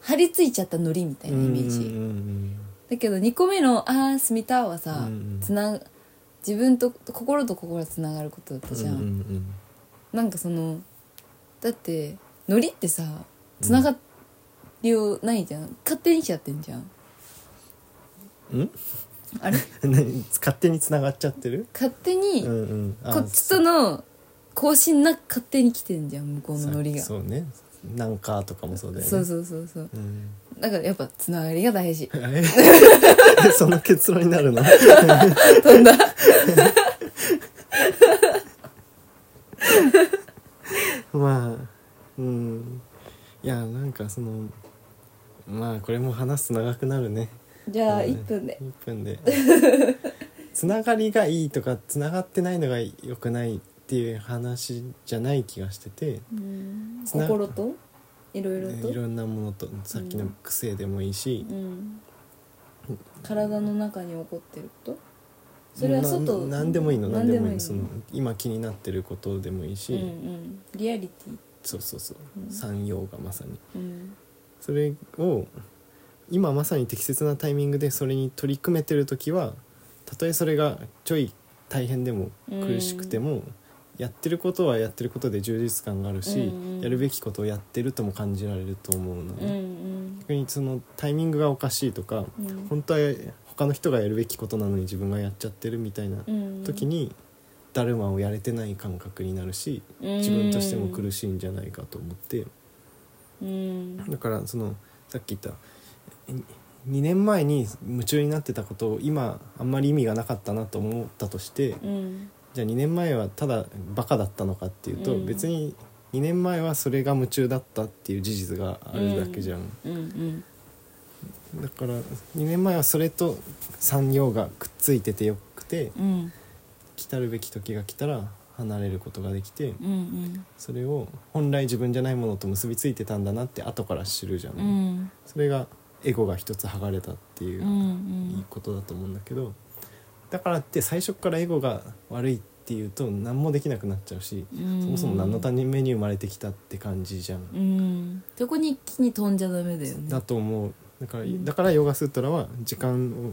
張り付いちゃった海苔みたいなイメージ、うんうんだけど2個目の「あーすみた」はさ、うんうんつな自分と心と心がつながることだったじゃん、うんうんなんかそのだって海苔ってさつながりようないじゃん勝手に来ちゃってんじゃんうんあれ 何勝手に繋がっちゃってる勝手にうんうんあこっちとの更新なく勝手に来てんじゃん向こうの海苔がそうねなんかとかもそうだよねそうそうそうそううん、だからやっぱつながりが大事え その結論になるの飛んだ まあうんいやなんかそのまあこれも話すと長くなるねじゃあうん1分で1分 でつながりがいいとかつながってないのが良くないっていう話じゃない気がしててうんつな心といろいろといろんなものとさっきの癖でもいいし、うん体の中に起こってることそれは外な何でもいいの何でもいいのそ何の今気になってることでもいいし、うんうんリアリティそうそうそう、うん三要がまさにうんそれを今まさに適切なタイミングでそれに取り組めてる時はたとえそれがちょい大変でもうん苦しくても、やってることはやってることで充実感があるし、うんうんやるべきことをやってるとも感じられると思うのうで、ん逆にそのタイミングがおかしいとかうんうん本当は他の人がやるべきことなのに自分がやっちゃってるみたいなうん時に、ダルマをやれてない感覚になるし自分としても苦しいんじゃないかと思って。うんだからそのさっき言った2年前に夢中になってたことを今あんまり意味がなかったなと思ったとしてうんじゃあ2年前はただバカだったのかっていうと、うん別に2年前はそれが夢中だったっていう事実があるだけじゃん、うんうんだから2年前はそれと産業がくっついててよくてうん来たるべき時が来たら離れることができてうんそれを本来自分じゃないものと結びついてたんだなって後から知るじゃんうんうんそれがエゴが一つ剥がれたっていうう、んいいことだと思うんだけどだからって最初からエゴが悪いっていうと何もできなくなっちゃうし、うんそもそも何のために生まれてきたって感じじゃん、うんそこに一気に飛んじゃダメだよねだと思うだから、うんだからヨガスートラは時間を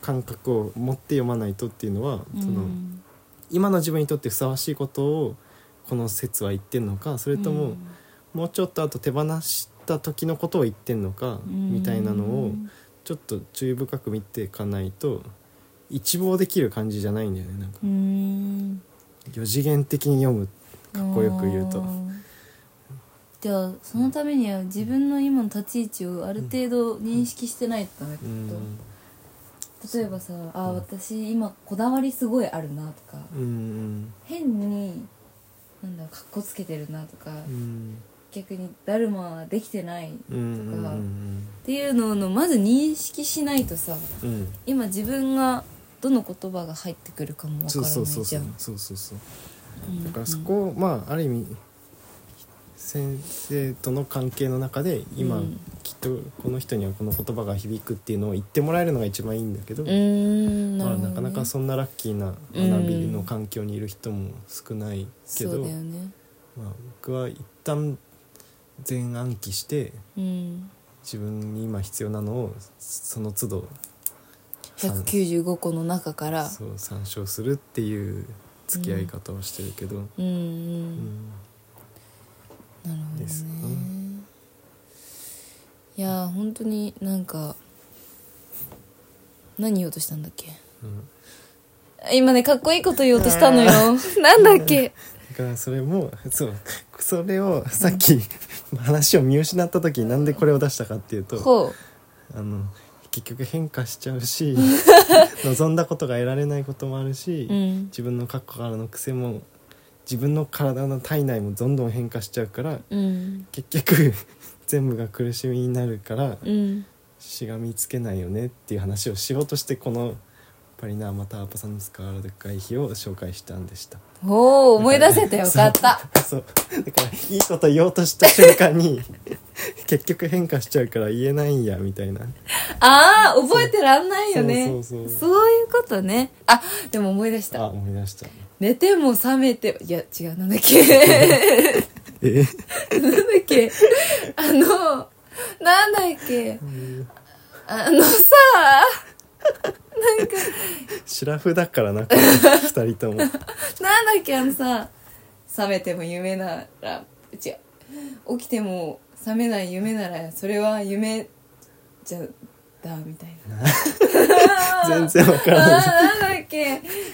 感覚を持って読まないとっていうのは、うんその今の自分にとってふさわしいことをこの説は言ってんのかそれとも、もうちょっとあと手放した時のことを言ってんのか、うんみたいなのをちょっと注意深く見ていかないと一望できる感じじゃないんだよねなんかうん4次元的に読むかっこよく言うとあーじゃあそのためには自分の今の立ち位置をある程度認識してないとダメってうこんと例えばさ「あー私今こだわりすごいあるな」とかうんうん「変になんだろうかっこつけてるな」とかうん逆に「だるまはできてない」っうんうんうんていうののまず認識しないとさうん今自分がどの言葉が入ってくるかもわかそうらなそうそいうじそゃうんそうそうそううんだからそこをまあある意味先生との関係の中で今、うんきとこの人にはこの言葉が響くっていうのを言ってもらえるのが一番いいんだけど、うーんなまるあ、ほど、ねなかなかそそんなラッキーな花火の環境にいる人も少ないけど、うだよねまあ、僕は一旦全暗記してうん自分に今必要なのをその都度参195個の中からそう参照するっていう付き合い方をしてるけど、うんうん、うんなるほどねですねいやー本当になんか何言おうとしたんだっけうん今ねかっこいいこと言おうとしたのよ なんだっけだからそれもそうそれをさっき話を見失った時になんでこれを出したかっていうとほうあの結局変化しちゃうし 望んだことが得られないこともあるし、うん自分の過去からの癖も自分の体の体内もどんどん変化しちゃうからうん結局 全部が苦しみになるからうんしがみつけないよねっていう話をしようとしてこの「パリナーまたアパサンスカールで会費」を紹介したんでした。ほう思い出せてよかったそうだからいいこと言おうとした瞬間に 結局変化しちゃうから言えないんやみた いなああ覚えてらんないよねそうそうそうそういうことねあでも思い出しあた思い出した寝ても覚めていや違うなんだっ けえなんだっけあのなんだっけあのさシラフだからなこれ二人 ともなんだっけあのさ覚めても夢なら違う起きても覚めない夢ならそれは夢じゃだみたい な全然わかあーらないなんだっけ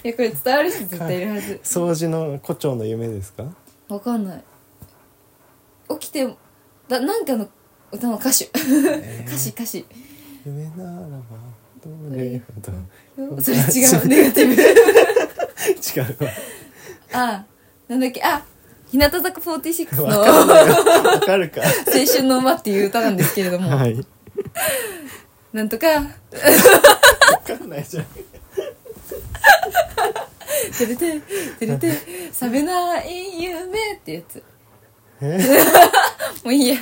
いやこれ伝わる人絶対いるはず掃除の胡蝶の夢です かわかんない起きてもだなんかの歌の歌手歌詞 歌詞夢ならばどれほどそれ違うネガティブ 違うわあなんだっけあ日向坂46 のわ青わか るか春の馬っていう歌なんですけれどもはいなんとかわかんない じゃん照れて照れて覚めない夢ってやつえも ういいや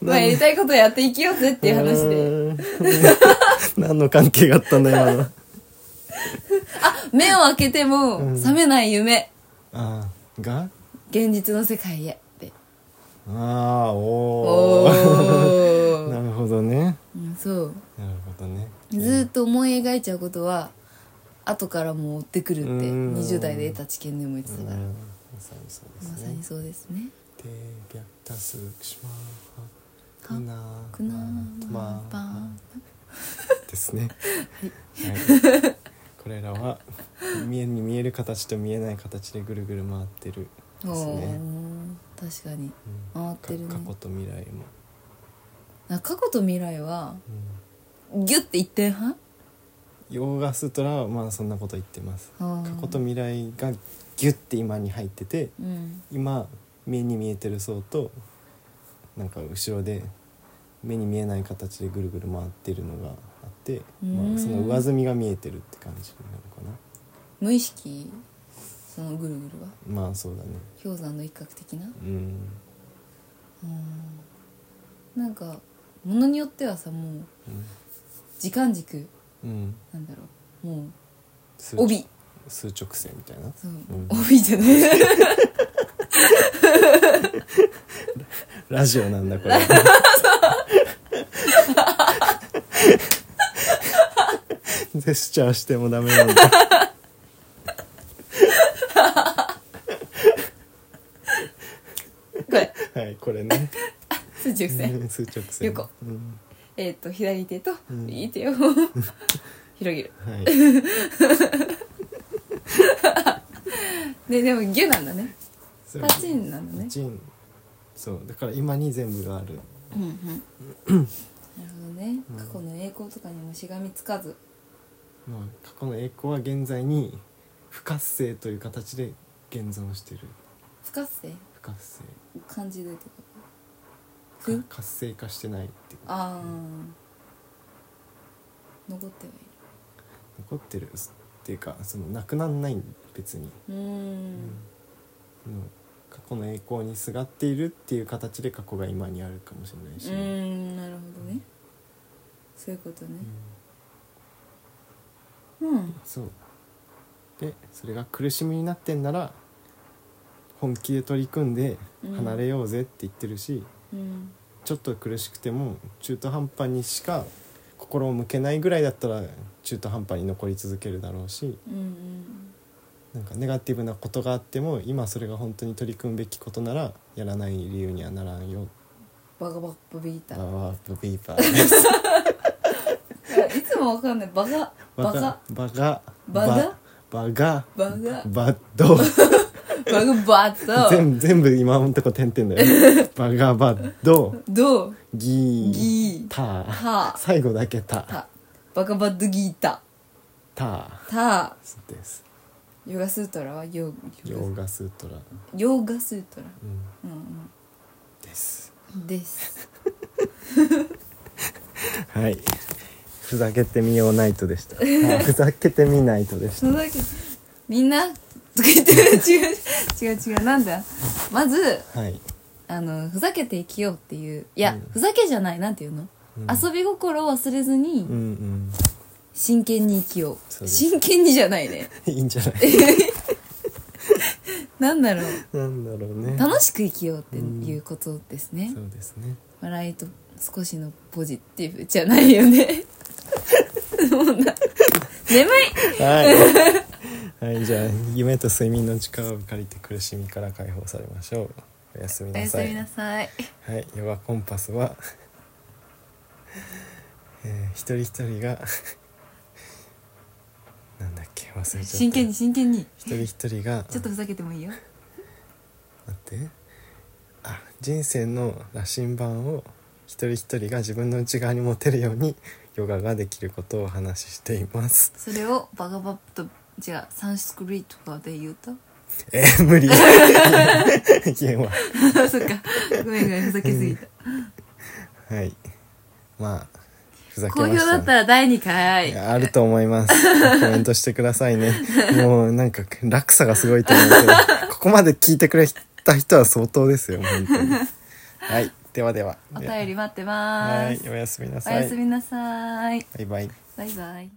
まあやりたいことやっていきようぜっていう話でで 何の関係があったんだ今の あ目を開けてもうん覚めない夢あーが現実の世界へってああおおおー なるほどねうんそうなるほどねずーっと思い描いちゃうことは後からもう追ってくるってうん20代で得た知見でも言ってうたんからまさにそうでますさねにそうですねで白多数しまかくなくなままば ですねはいこれらは見えに見える形と見えない形でぐるぐる回ってるでおすねー確かにうん回ってるねか過去と未来もあ過去と未来はうんギュッて一点半ヨーガスートラはまあそんなこと言ってます過過去と未来がギュッて今に入っててうん今目に見えてる層となんか後ろで目に見えない形でぐるぐる回ってるのがあって、うまんあ、その上積みが見えてるって感じになるかな無意識そのぐるぐるはまあそうだね氷山の一角的なうんうんなんかものによってはさもう時間軸うん、うん、なんだろうもう数帯数直線みたいなそう、ん帯じゃないラジオなんだ これジェスチャーしてもダメなんだこれはいこれね数直線うん数直線横うんえっと左手とん 右手を広げるはいででもギュなんだねそう パチンなんだねジンそうだから今に全部があるうんうんなるほどね過去の栄光とかにもしがみつかずまあ過去の栄光は現在に不活性という形で現存している不活性不活性感じでってことか不活性化してないっていうああ残ってはい残ってるっていうかそのなくなんない別にるうーんうん過去の栄光にすがっているっていう形で過去が今にあるかもしれないしうーね、んなるほどねそういうことねうんそうでそれが苦しみになってんなら本気で取り組んでうん離れようぜって言ってるし、うんちょっと苦しくても中途半端にしか心を向けないぐらいだったら中途半端に残り続けるだろうしうんうんなんかネガティブなことがあっても今それが本当に取り組むべきことならやらない理由にはならんよバカバッパビータババブビーバーですいつもわかんないバカバカバカバカバガバカバッドバカバッと全部全部今のとこ点々だ よバガバッドドギーギータタ最後だけタタバカバッドギータタタですヨガスートラはヨヨヨーガスートラ、ヨガスートラうん、うんですうんですはい。ふざけてみようナイトで した。あふざけてみないとでしそのだけみんなとか言ってる違う違う違うなんだまずた。はい。あのふざけて生きようっていういや、うんふざけじゃないなんていうの、うん遊び心を忘れずうにん真剣に生きよう、そうです真剣にじゃないねうん。いいん じゃない。なんだろうなんだろうね。楽しく生きようっていうことですね、そうですね。笑いと少しのポジティブじゃないよね もうな眠いはい。 はい、じゃあ、夢と睡眠の力を借りて苦しみから解放されましょう。おやすみおなやすさい。みなさいはい、ヨガコンパスは。 えー、一人一人が。 なんだっけ、忘れちゃった。真剣に。真剣に一人一人が。ちょっとふざけてもいいよ待ってあ人生の羅針盤を一人一人が自分の内側に持てるようにヨガができることをお話ししていますそれをバガバッとじゃあサンスクリット語で言うと えー、無理言えんわそっかごめんごめんふざけすぎたはいまあふざけ好ま評しただねったら第2回いやあると思います。コメントしてくださいね。もうなんか落差がすごいと思うけど、ここまで聞いてくれた人は相当ですよ、本当に。はい、ではでは。お便り待ってはまいす、おやすみなおさい。やすみなさいバイバイ。バイバイ